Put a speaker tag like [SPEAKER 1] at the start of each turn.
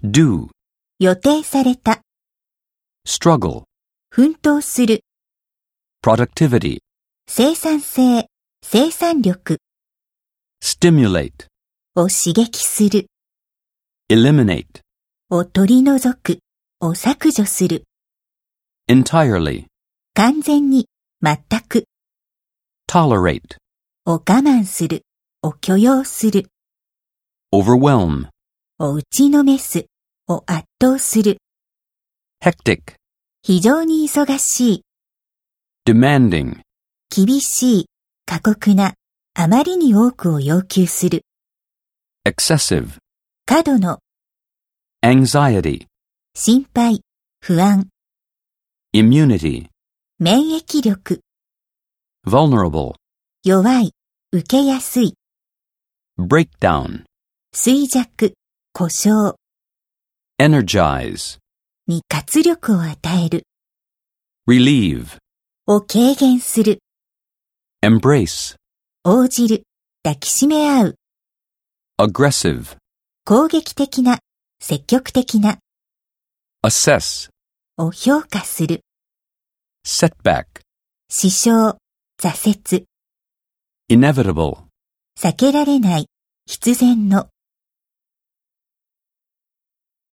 [SPEAKER 1] do,
[SPEAKER 2] 予定された、
[SPEAKER 1] struggle,
[SPEAKER 2] 奮闘する、
[SPEAKER 1] productivity,
[SPEAKER 2] 生産性、生産力
[SPEAKER 1] stimulate,
[SPEAKER 2] を刺激する、
[SPEAKER 1] eliminate,
[SPEAKER 2] を取り除く、を削除する、
[SPEAKER 1] entirely,
[SPEAKER 2] 完全に、全く、
[SPEAKER 1] tolerate,
[SPEAKER 2] を我慢する、を許容する、
[SPEAKER 1] overwhelm,
[SPEAKER 2] を打ちのめす、を圧倒する、
[SPEAKER 1] hectic,
[SPEAKER 2] 非常に忙しい、
[SPEAKER 1] demanding,
[SPEAKER 2] 厳しい、過酷な、あまりに多くを要求する、
[SPEAKER 1] excessive,
[SPEAKER 2] 過度の、
[SPEAKER 1] anxiety,
[SPEAKER 2] 心配、不安、
[SPEAKER 1] immunity,
[SPEAKER 2] 免疫力、
[SPEAKER 1] vulnerable,
[SPEAKER 2] 弱い、受けやすい、
[SPEAKER 1] breakdown,
[SPEAKER 2] 衰弱、故障
[SPEAKER 1] energize,
[SPEAKER 2] に活力を与える、
[SPEAKER 1] relieve,
[SPEAKER 2] を軽減する、
[SPEAKER 1] embrace,
[SPEAKER 2] 応じる、抱きしめ合う、
[SPEAKER 1] aggressive,
[SPEAKER 2] 攻撃的な、積極的な、
[SPEAKER 1] assess,
[SPEAKER 2] を評価する、
[SPEAKER 1] setback,
[SPEAKER 2] 死傷、挫折、
[SPEAKER 1] inevitable.
[SPEAKER 2] 避けられない、必然の、